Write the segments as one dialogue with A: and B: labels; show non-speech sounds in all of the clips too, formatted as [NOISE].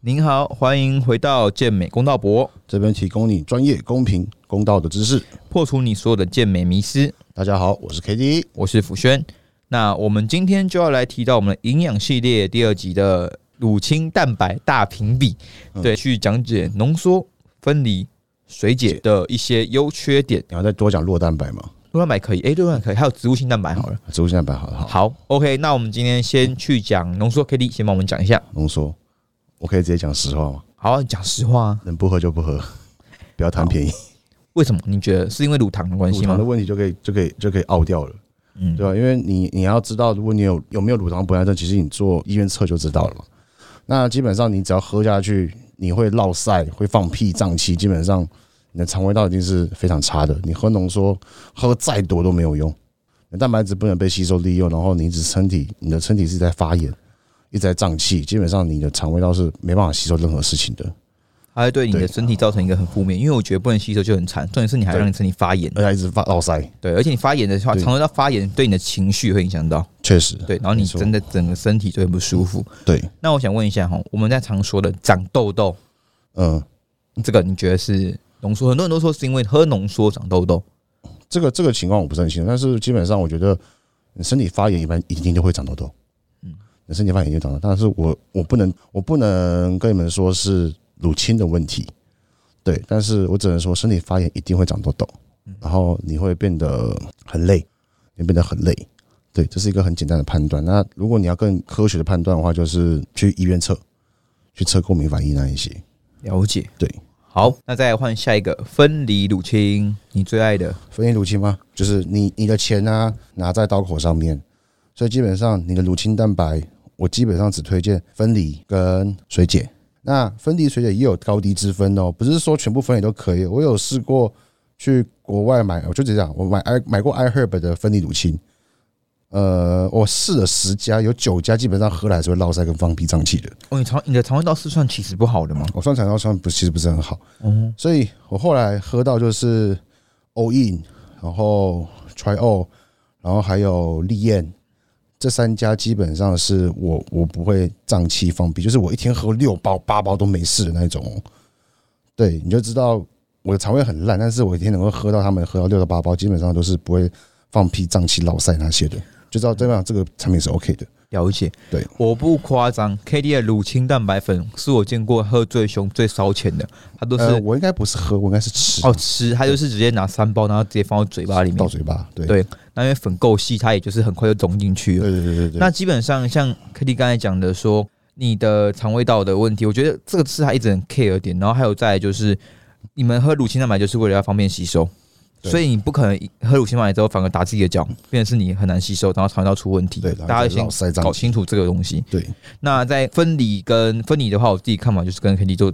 A: 您好，欢迎回到健美公道博，
B: 这边提供你专业、公平、公道的知识。
A: 破除你所有的健美迷思。
B: 大家好，我是 K D。
A: 我是福轩。那我们今天就要来提到我们的营养系列第二集的乳清蛋白大评比，
B: 嗯
A: 对，去讲解浓缩、分离、水解的一些优缺点。
B: 你要再多讲弱蛋白吗？
A: 鹿蛋白可以，诶，鹿蛋白可以，还有植物性蛋白好了。
B: 植物性蛋白好了，嗯好，
A: 好，OK，那我们今天先去讲浓缩 KD，先帮我们讲一下。
B: 浓缩。我可以直接讲实话吗？
A: 好，讲实话啊，
B: 能不喝就不喝，不要贪便宜。
A: 为什么你觉得是因为乳糖的关
B: 乳
A: 系
B: 糖的
A: 吗？
B: 问题就可以就可以就可以傲掉了，
A: 嗯
B: 对，啊吧？因为你你要知道，如果你有有没有乳糖不耐症，其实你做医院测就知道了嘛。那基本上你只要喝下去，你会落晒，会放屁、胀气，基本上你的肠胃道一定是非常差的。你喝浓缩喝再多都没有用，你的蛋白质不能被吸收利用，然后你一直身体你的身体是在发炎，一直在胀气，基本上你的肠胃道是没办法吸收任何事情的，
A: 它会对你的
B: 对
A: 身体造成一个很负面，因为我觉得不能吸收就很惨，重点是你还
B: 对
A: 让你身体发炎，
B: 而且一直发落塞，
A: 对，而且你发炎的话，
B: 对
A: 肠胃道发炎对你的情绪会影响到，
B: 确实，
A: 对，然后你
B: 没错
A: 真的整个身体就会不舒服。
B: 对，
A: 那我想问一下哈，我们在常说的长痘痘，
B: 嗯。
A: 这个你觉得是浓缩？很多人都说是因为喝浓缩长痘痘，
B: 这个这个情况我不是很清楚，但是基本上我觉得你身体发炎一般一定就会长痘痘，
A: 嗯
B: 嗯，你身体发炎就长痘，但是我我不能我不能跟你们说是乳清的问题，对，但是我只能说身体发炎一定会长痘痘，然后你会变得很累，你变得很累，对，这是一个很简单的判断。那如果你要更科学的判断的话，就是去医院测，去测过敏反应那一些，
A: 了解？
B: 对。
A: 好，那再换下一个分离乳清，你最爱的
B: 分离乳清吗？就是你你的钱啊拿在刀口上面，所以基本上你的乳清蛋白，我基本上只推荐分离跟水解。那分离水解也有高低之分哦，不是说全部分离都可以。我有试过去国外买，我就直接讲，我买 i 买过 iHerb 的分离乳清，呃，我试了十家，有九家基本上喝了还是会落腮跟放屁胀气的。
A: 哦，你肠你的肠胃道是算其实不好的吗？
B: 我算肠道酸不其实不是很好，
A: 哦，
B: 所以我后来喝到就是 all in，然后 try all，然后还有利燕这三家基本上是我我不会胀气放屁，就是我一天喝六包八包都没事的那种哦。对，你就知道我的肠胃很烂，但是我一天能够喝到他们喝到六到八包，基本上都是不会放屁、胀气、落腮那些的，就知道这样这个产品是 OK 的。
A: 了解。
B: 对，
A: 我不夸张，K D 的乳清蛋白粉是我见过喝最凶、最烧钱的，它都是、
B: 呃，我应该不是喝，我应该是吃
A: 哦吃，它就是直接拿三包，然后直接放到嘴巴里面
B: 到。嘴巴。对
A: 对，那因为粉够细，它也就是很快就融进去了。
B: 对对对对对。
A: 那基本上像 K D 刚才讲的说，你的肠胃道的问题，我觉得这个是他一直很 care 的点。然后还有再来就是，你们喝乳清蛋白就是为了要方便吸收，
B: 对
A: 所以你不可能喝乳清蛋白之后反而打自己的脚，变成是你很难吸收，然后肠胃道出问题。
B: 对，
A: 大家先
B: 老塞胀
A: 搞
B: 气。
A: 清楚这个东西。
B: 对，
A: 那在分离跟分离的话，我自己看法就是跟 K D 就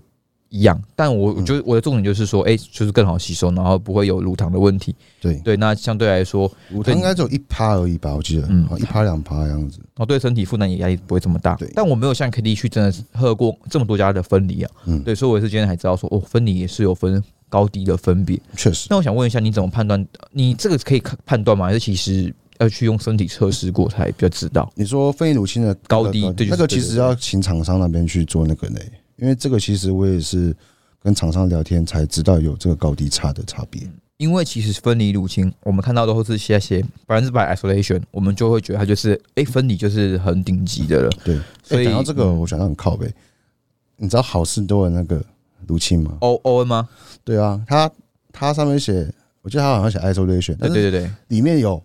A: 一样，但
B: 嗯
A: 我我觉得我的重点就是说，哎、就是更好吸收，然后不会有乳糖的问题。
B: 对，
A: 对，那相对来说，
B: 乳糖应该只有一趴而已吧，我记得，
A: 嗯
B: 好一趴两趴的样子。
A: 然后哦对身体负担也压力不会这么大
B: 对。
A: 但我没有像 K D 去真的是喝过这么多家的分离啊，
B: 嗯，
A: 对，所以我也是今天才知道说，哦，分离也是有分高低的分别。
B: 确实，
A: 那我想问一下，你怎么判断？你这个可以看判断吗？还是其实要去用身体测试过才比较知道？
B: 你说非乳清的
A: 高低对就是
B: 那个其实要请厂商那边去做那个呢，因为这个其实我也是跟厂商聊天才知道有这个高低差的差别。
A: 因为其实分离乳清，我们看到都是些些百分之百 isolation，我们就会觉得它就是，哎、分离就是很顶级的了。
B: 对，
A: 所以
B: 哎诶讲到这个，
A: 嗯
B: 我想到很靠背，你知道好事多的那个乳清吗？
A: O O N 吗？
B: 对啊，它它上面写，我记得它好像写
A: 对
B: isolation，但
A: 对
B: 是
A: 对对，
B: 里面有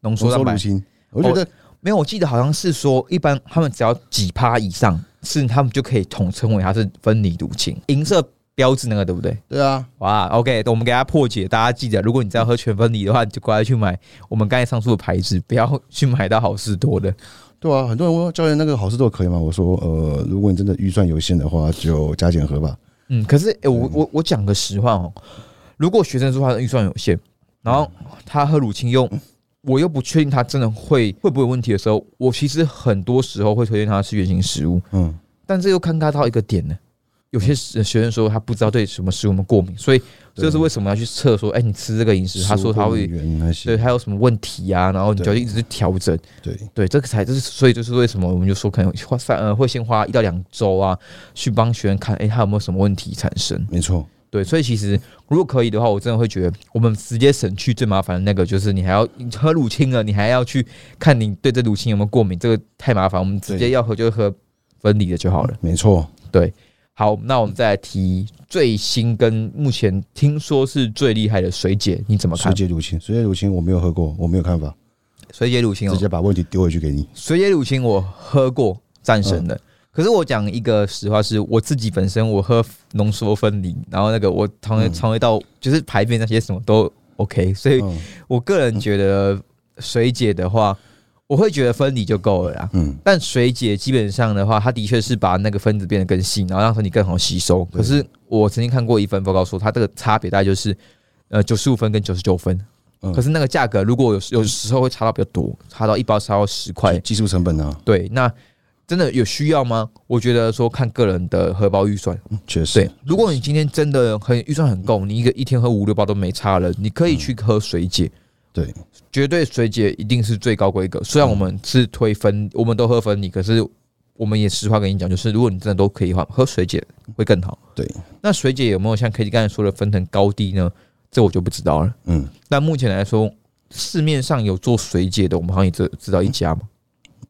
A: 浓缩
B: 浓
A: 蛋
B: 缩
A: 白
B: 乳清，我觉得
A: 没有，我记哦得好像是说，一般他们只要几趴以上，是他们就可以统称为它是分离毒清，银色标志那个对不对？
B: 对啊，
A: 哇，OK，我们给大家破解，大家记得，如果你真要喝全分离的话，你就乖乖去买我们刚才上述的牌子，不要去买到好事多的。
B: 对啊，很多人问教练那个好事多可以吗？我说，呃，如果你真的预算有限的话，就加减喝吧。
A: 嗯，可是、诶我我我讲个实话哦，如果学生说他的预算有限，然后他喝乳清又我又不确定他真的会会不会有问题的时候，我其实很多时候会推荐他吃原型食物，
B: 嗯，
A: 但这又尴尬到一个点呢。有些学生说他不知道对什么食物过敏，所以这就是为什么要去测说，哎、你吃这个饮食，他说他会
B: 原那
A: 对
B: 些，
A: 他有什么问题啊，然后你就要一直去调整。
B: 对
A: 对，这个才就是，所以就是为什么我们就说可能花三呃会先花一到两周啊，去帮学员看，哎、他有没有什么问题产生。
B: 没错，
A: 对，所以其实如果可以的话，我真的会觉得我们直接省去最麻烦的那个，就是你还要你喝乳清了，你还要去看你对这乳清有没有过敏，这个太麻烦，我们直接
B: 对
A: 要喝就喝分离的就好了。
B: 没错，
A: 好，那我们再来提最新跟目前听说是最厉害的水解，你怎么
B: 水
A: 看？
B: 解乳清，水解乳清我没有喝过，我没有看法，
A: 水解乳清、
B: 直
A: 哦，
B: 接把问题丢回去给你。
A: 水解乳清我喝过，战神的。可是我讲一个实话是，我自己本身我喝浓缩分离，然后那个我常常常会到就是排便那些什么都 OK，所以
B: 嗯
A: 我个人觉得水解的话，我会觉得分离就够了啦。
B: 嗯，
A: 但水解基本上的话，它的确是把那个分子变得更细，然后让身体更好吸收。可是我曾经看过一份报告说，它这个差别大概就是呃九十五分跟九十九分。
B: 嗯
A: 可是那个价格，如果有有时候会差到比较多，差到一包差到十块。
B: 技术成本啊，
A: 对，那真的有需要吗？我觉得说看个人的荷包预算。
B: 嗯确实
A: 对，，如果你今天真的很预算很够，你一个一天喝五六包都没差了，你可以去喝水解。
B: 嗯对，嗯
A: 绝对水解一定是最高规格。虽然我们是推分，我们都喝分离，可是我们也实话跟你讲，就是如果你真的都可以的话，喝水解会更好。
B: 对，
A: 那水解有没有像 K D 刚才说的分成高低呢？这我就不知道了。
B: 嗯，
A: 但目前来说，市面上有做水解的，我们好像也只知道一家嘛，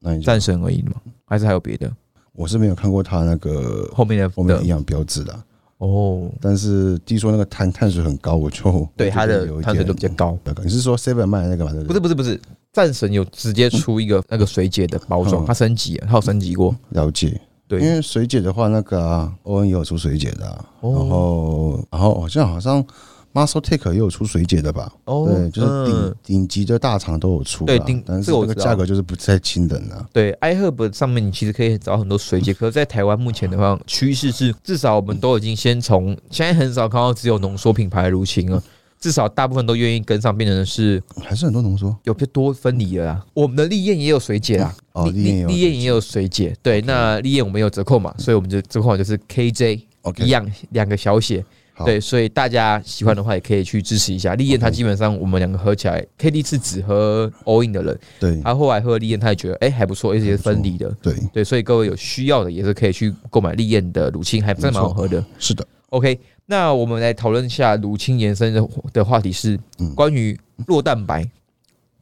B: 那你就
A: 战神而已嘛，还是还有别的？
B: 我是没有看过它那个
A: 后面的
B: 后面的
A: 的
B: 营养标志的，
A: 哦，
B: 但是据说那个碳碳水很高，我就
A: 对，它的碳水都比较
B: 高。
A: 高。
B: 你是说 Seven 卖的那个吗？对
A: 不
B: 对
A: 是不是不是，战神有直接出一个那个水解的包装，
B: 嗯
A: 它升级了，它有升级过。
B: 了解。
A: 对
B: 因为水解的话，那个啊，欧恩也有出水解的、啊，
A: 哦
B: 然后然后好像好像 Muscle Tech 也有出水解的吧？
A: 哦
B: 对，就是顶
A: 嗯
B: 顶级的大厂都有出啦，啊
A: 对顶
B: 但是
A: 这个我
B: 那个
A: 知道
B: 价格就是不太亲人啊了、
A: 对，iHerb 上面你其实可以找很多水解，可是在台湾目前的话，趋势是至少我们都已经先从现在很少看到只有浓缩品牌的乳清了，至少大部分都愿意跟上，变成是
B: 还是很多浓缩
A: 有比较多分离了啦。我们的立燕也有水解啦，
B: 哦，
A: 立
B: 立燕也
A: 立
B: 有
A: 立燕也有水解，对，那立燕我们有折扣嘛，所以我们就折扣码就是 KJ。
B: OK
A: 一样两个小写，
B: 好
A: 对，所以大家喜欢的话也可以去支持一下。丽燕她基本上我们两个合起来，K D 是只喝 all in 的人，
B: 对
A: 她后来喝丽燕，她也觉得哎、还不错，而且是分离的，
B: 对，
A: 对，所以各位有需要的也是可以去购买丽燕的乳清，还真的蛮好喝的。
B: 是的，
A: OK，那我们来讨论一下乳清延伸的的话题是
B: 嗯
A: 关于弱蛋白。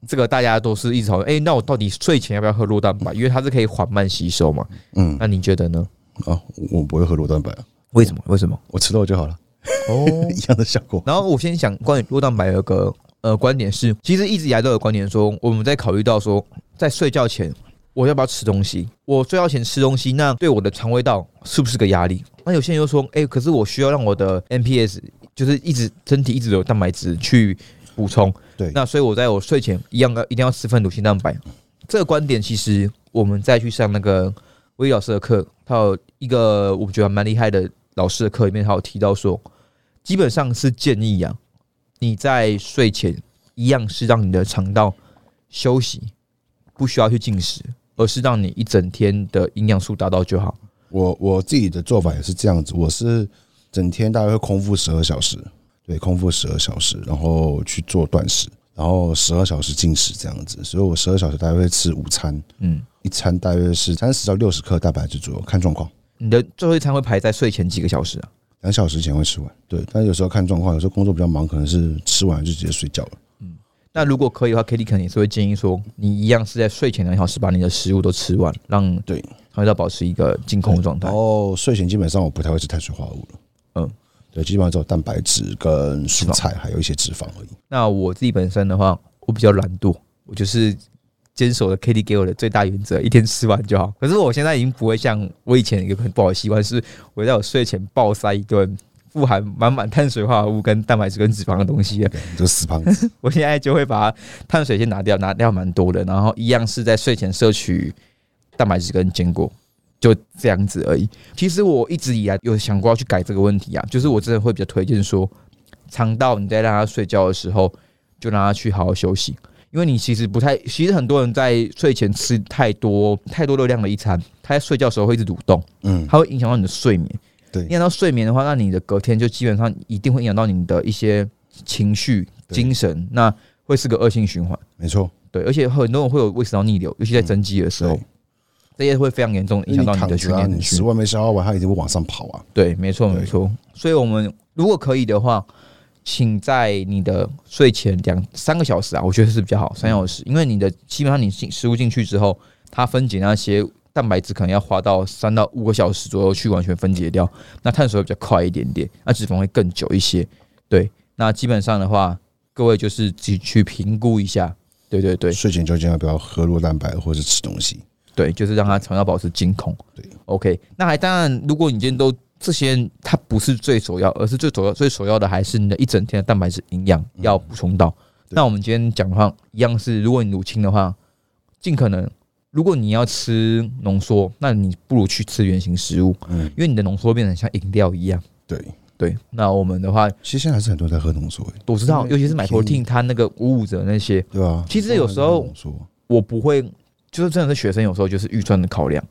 A: 这个大家都是一直讨论，哎、那我到底睡前要不要喝弱蛋白？因为它是可以缓慢吸收嘛。
B: 嗯
A: 那你觉得呢？
B: 啊，我不会喝螺蛋白，
A: 为什么？为什么？
B: 我吃肉就好了， [LAUGHS]
A: 哦，
B: 一样的效果。
A: 然后我先讲关于弱蛋白有个呃观点是，其实一直以来都有观点说，我们在考虑到说，在睡觉前我要不要吃东西，我睡觉前吃东西，那对我的肠胃道是不是个压力？那有些人又说，哎、可是我需要让我的 NPS 就是一直身体一直有蛋白质去补充，
B: 对
A: [LAUGHS] 那所以我在我睡前一样要一定要吃份乳清蛋白。这个观点其实我们再去上那个威老师的课，他有一个我觉得蛮厉害的老师的课里面，他有提到说，基本上是建议啊，你在睡前一样是让你的肠道休息，不需要去进食，而是让你一整天的营养素达到就好。
B: 我我自己的做法也是这样子，我是整天大概会空腹十二小时，对，空腹十二小时，然后去做断食，然后十二小时进食这样子，所以我十二小时大概会吃午餐，
A: 嗯，
B: 一餐大约是三十到六十克蛋白质左右，看状况，
A: 你的最后一餐会排在睡前几个小时啊？
B: 两小时前会吃完，对，但有时候看状况，有时候工作比较忙，可能是吃完就直接睡觉了，
A: 那如果可以的话，Kitty 肯定也是会建议说，你一样是在睡前两小时把你的食物都吃完，让
B: 对
A: 肠胃道保持一个净空的状态
B: 然。后睡前基本上我不太会吃碳水化合物了，
A: 嗯，
B: 对，基本上只有蛋白质跟蔬菜，还有一些脂肪而已。
A: 那我自己本身的话，我比较懒惰，我就是坚守了 k d 给我的最大原则，一天吃完就好。可是我现在已经不会像我以前有个很不好的习惯，是我在我睡前暴塞一顿富含满满碳水化合物跟蛋白质跟脂肪的东西了。
B: 对，这个死
A: [LAUGHS]
B: 胖子，
A: 我现在就会把碳水先拿掉，拿掉蛮多的，然后一样是在睡前摄取蛋白质跟坚果，就这样子而已。其实我一直以来有想过要去改这个问题啊，就是我真的会比较推荐说，肠道你在让它睡觉的时候，就让它去好好休息，因为你其实不太，其实很多人在睡前吃太多太多热量的一餐，他在睡觉的时候会一直蠕动，
B: 嗯，
A: 它会影响到你的睡眠。
B: 对
A: 影响到睡眠的话，那你的隔天就基本上一定会影响到你的一些情绪、
B: 对
A: 精神，那会是个恶性循环。
B: 没错，
A: 对，而且很多人会有胃食道逆流，尤其在增肌的时候，
B: 嗯对
A: 这些会非常严重地影响到
B: 因为
A: 你的
B: 躺
A: 训
B: 着啊，
A: 练
B: 你
A: 程序
B: 十万没消化完，它一定会往上跑啊。
A: 对，没错，
B: 对
A: 没错。所以，我们如果可以的话，请在你的睡前两三个小时啊，我觉得是比较好，三小时，因为你的基本上你进食物进去之后，它分解那些蛋白质可能要花到三到五个小时左右去完全分解掉，那碳水会比较快一点点，那脂肪会更久一些。对，那基本上的话，各位就是自己去评估一下。对对对
B: 睡前就尽量不要喝弱蛋白或者是吃东西。
A: 对，就是让它常要保持净空。
B: 对
A: ，OK，那还当然，如果你今天都这些，它不是最首要，而是最首要、最首要的还是你的一整天的蛋白质营养要补充到。
B: 嗯对
A: 那我们今天讲的话，一样是，如果你乳清的话，尽可能，如果你要吃浓缩，那你不如去吃原型食物，
B: 嗯，
A: 因为你的浓缩变成像饮料一样。
B: 对，
A: 对，那我们的话，
B: 其实现在还是很多人在喝浓缩、欸，
A: 我知道，
B: 因为
A: 尤其是买
B: 便宜
A: protein，它那个五五折那些，
B: 对吧、
A: 其实有时候
B: 浓缩，
A: 我不会，就是真的是学生有时候就是预算的考量，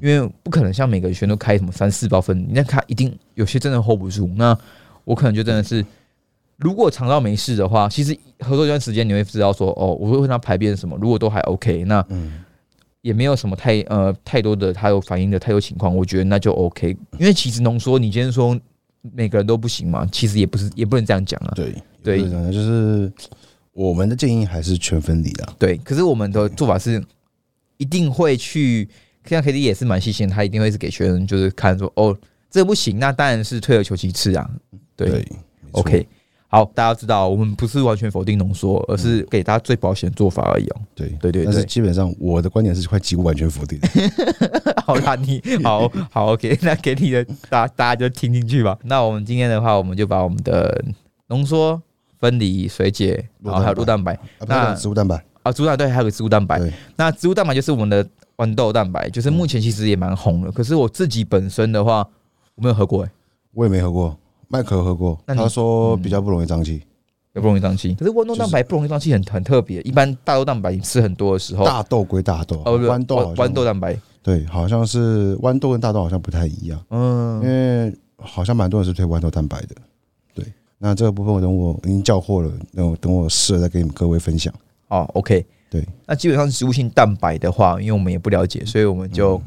A: 因为不可能像每个学生都开什么三四包分，那他一定有些真的 hold 不住。那我可能就真的是，如果肠道没事的话，其实合作一段时间你会知道说，哦，我会问他排便什么，如果都还 OK，那
B: 嗯，
A: 也没有什么太呃太多的他有反应的太多情况，我觉得那就 OK。因为其实浓缩，你今天说每个人都不行嘛，其实也不是也不能这样讲啊。
B: 对，
A: 对
B: 也不是这样就是我们的建议还是全分离啊的，
A: 对，可是我们的做法是一定会去，像 K D 也是蛮细心的，他一定会是给学生就是看说哦，这不行，那当然是退而求其次啊。对
B: 没错
A: o k 好，大家知道我们不是完全否定浓缩，而是给大家最保险的做法而已哦。
B: 对
A: 对对
B: 但是
A: 对，
B: 基本上我的观点是快几乎完全否定的，
A: [LAUGHS] 好啦，你 [LAUGHS] 好好 OK，那 [LAUGHS] 给你的大家大家就听进去吧。那我们今天的话，我们就把我们的浓缩、分离、水解，然后还有
B: 酪
A: 酪蛋白
B: 啊，不是植物蛋白，
A: 啊，植物蛋对，还有个植物蛋白。
B: 对，
A: 那植物蛋白就是我们的豌豆蛋白，就是目前其实也蛮红的。可是我自己本身的话，我没有喝过、欸，
B: 我也没喝过，麦克有喝过，
A: 那你
B: 他说比较不容易胀气，
A: 也不容易胀气。可是豌豆蛋白不容易胀气很很特别，一般大豆蛋白你吃很多的时候，
B: 大豆归大豆，
A: 嗯哦不
B: 豌豆好像
A: 豌豆蛋白，
B: 对，好像是豌豆跟大豆好像不太一样，因
A: 嗯，
B: 为好像蛮多人是推豌豆蛋白的，对，那这个部分我等我已经叫货了，等我等我试了再给你们各位分享。
A: 哦，OK，
B: 对，
A: 那基本上植物性蛋白的话，因为我们也不了解，所以我们就
B: 嗯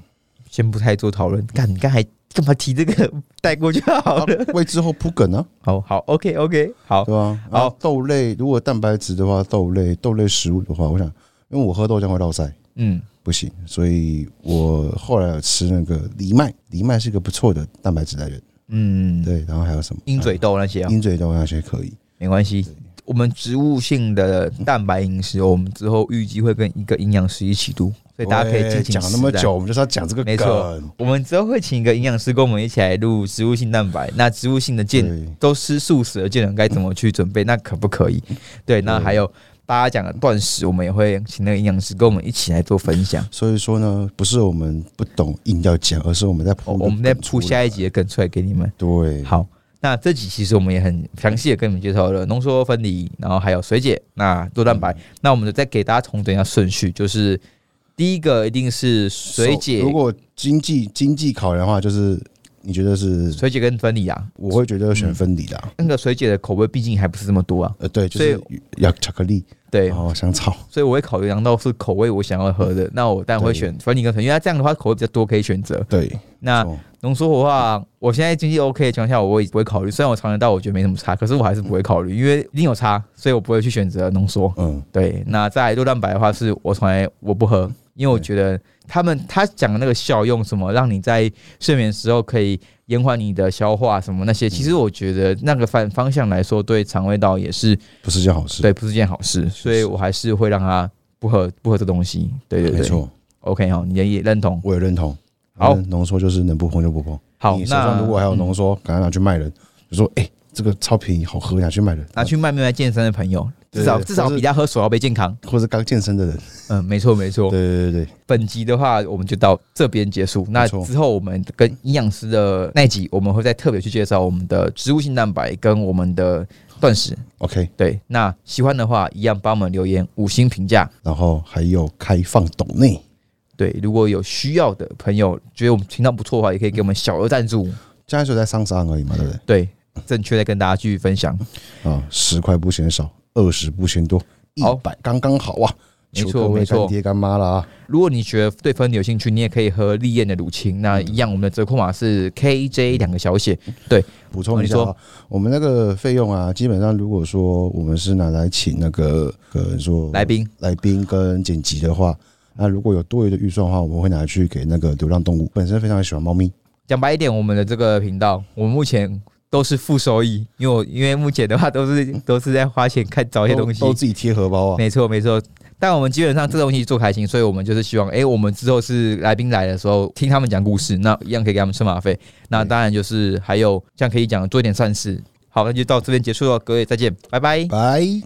A: 先不太做讨论。看你刚才 [LAUGHS] 干嘛提这个带过就好了？
B: 为之后铺梗啊，
A: 好好，OK OK，好
B: 对，吧、
A: 好
B: 然后豆类如果蛋白质的话，豆类豆类食物的话，我想，因为我喝豆浆会落腮，
A: 嗯，
B: 不行，所以我后来有吃那个藜麦，藜麦是一个不错的蛋白质来源。
A: 嗯，
B: 对，然后还有什么？
A: 鹰嘴豆那些啊
B: 啊、，鹰嘴豆那些可以。
A: 没关系。我们植物性的蛋白饮食，我们之后预计会跟一个营养师一起录，所以大家可以
B: 喂
A: 敬请
B: 讲那么
A: 期待
B: 久，。我们就是要讲这个
A: 没错
B: 梗。
A: 我们之后会请一个营养师跟我们一起来录植物性蛋白，那植物性的健
B: 对，
A: 都吃素食的健人该怎么去准备，那可不可以？对，那还有大家讲的断食，我们也会请那个营养师跟我们一起来做分享。
B: 所以说呢，不是我们不懂硬要讲，而是我们在铺
A: 我
B: 一个
A: 我们再
B: 梗
A: 出
B: 出
A: 下
B: 来
A: 一集的梗出来给你们。
B: 对，
A: 好，那这集其实我们也很详细的跟你们介绍了浓缩分离，然后还有水解，那多蛋白。
B: 嗯
A: 那我们再给大家重整一下顺序，就是第一个一定是水解
B: 如，果经济经济考量的话，就是你觉得是，
A: 水解跟分离啊。
B: 我会觉得选分离的啊、
A: 那个水解的口味毕竟还不是这么多啊，
B: 呃，对，就是
A: 所
B: 要巧克力，
A: 对
B: 然，后香草，
A: 所以我会考量到是口味我想要喝的，那我当然会
B: 对
A: 选分离跟分离，因为它这样的话口味比较多可以选择。
B: 对，
A: 那
B: 哦
A: 浓缩的话，我现在经济 OK 的情况下，我也不会考虑。虽然我尝得到，我觉得没什么差，可是我还是不会考虑，因为一定有差，所以我不会去选择浓缩。
B: 嗯，
A: 对，那在肉蛋白的话，是我从来我不喝，因为我觉得他们他讲的那个效用什么，让你在睡眠时候可以延缓你的消化什么那
B: 嗯
A: 些，其实我觉得那个反方向来说，对肠胃道也是
B: 不是件好事，
A: 对不是件好事，所以我还是会让他不喝不喝这东西。对对
B: 没
A: 对
B: 错，
A: ，OK 好，你也也认同。
B: 我也认同。
A: 好
B: 反正浓缩就是能不碰就不碰。
A: 好，
B: 你手
A: 那嗯
B: 上如果还有浓缩，赶快拿去卖人，就说哎、这个超便宜，好喝，拿去卖人，
A: 拿去卖没来健身的朋友，
B: 对
A: 至少
B: 对
A: 至少
B: 或是
A: 比他喝手摇杯健康。
B: 或者刚健身的人，
A: 嗯，没错没错
B: 对。对对对，
A: 本集的话，我们就到这边结束。那
B: 没错
A: 之后，我们跟营养师的那一集，我们会再特别去介绍我们的植物性蛋白跟我们的断食。
B: ，OK。
A: 对，那喜欢的话，一样帮我们留言五星评价。
B: 然后还有开放抖内，
A: 对，如果有需要的朋友，觉得我们频道不错的话，也可以给我们小额赞助。
B: 加一水才三十二而已嘛，对不对？
A: 对，正确的跟大家继续分享。
B: 啊，十块不嫌少，二十不嫌多，一
A: 好
B: 百刚刚好啊！
A: 没
B: 求
A: 错
B: 各位
A: 没错
B: 干爹干妈啦啊！
A: 如果你觉得对芬尼有兴趣，你也可以喝丽燕的乳清。那一样，我们的折扣码是 KJ 两个小写。
B: 嗯补充一下
A: 哦你
B: 啊，我们那个费用啊，基本上如果说我们是拿来请那个呃说
A: 来宾
B: 来宾跟剪辑的话，那如果有多余的预算的话，我们会拿去给那个流浪动物。本身非常喜欢猫咪，
A: 讲白一点，我们的这个频道，我们目前都是负收益，因为我因为目前的话都是 [LAUGHS] 都是在花钱看找一些东
B: 都
A: 西。
B: 都自己贴荷包啊。
A: 没错没错，但我们基本上这个东西做开心，所以我们就是希望，哎、我们之后是来宾来的时候听他们讲故事，那一样可以给他们车马费。那当然就是还有像可以讲做一点善事。好，那就到这边结束了，各位再见，拜拜。
B: 拜。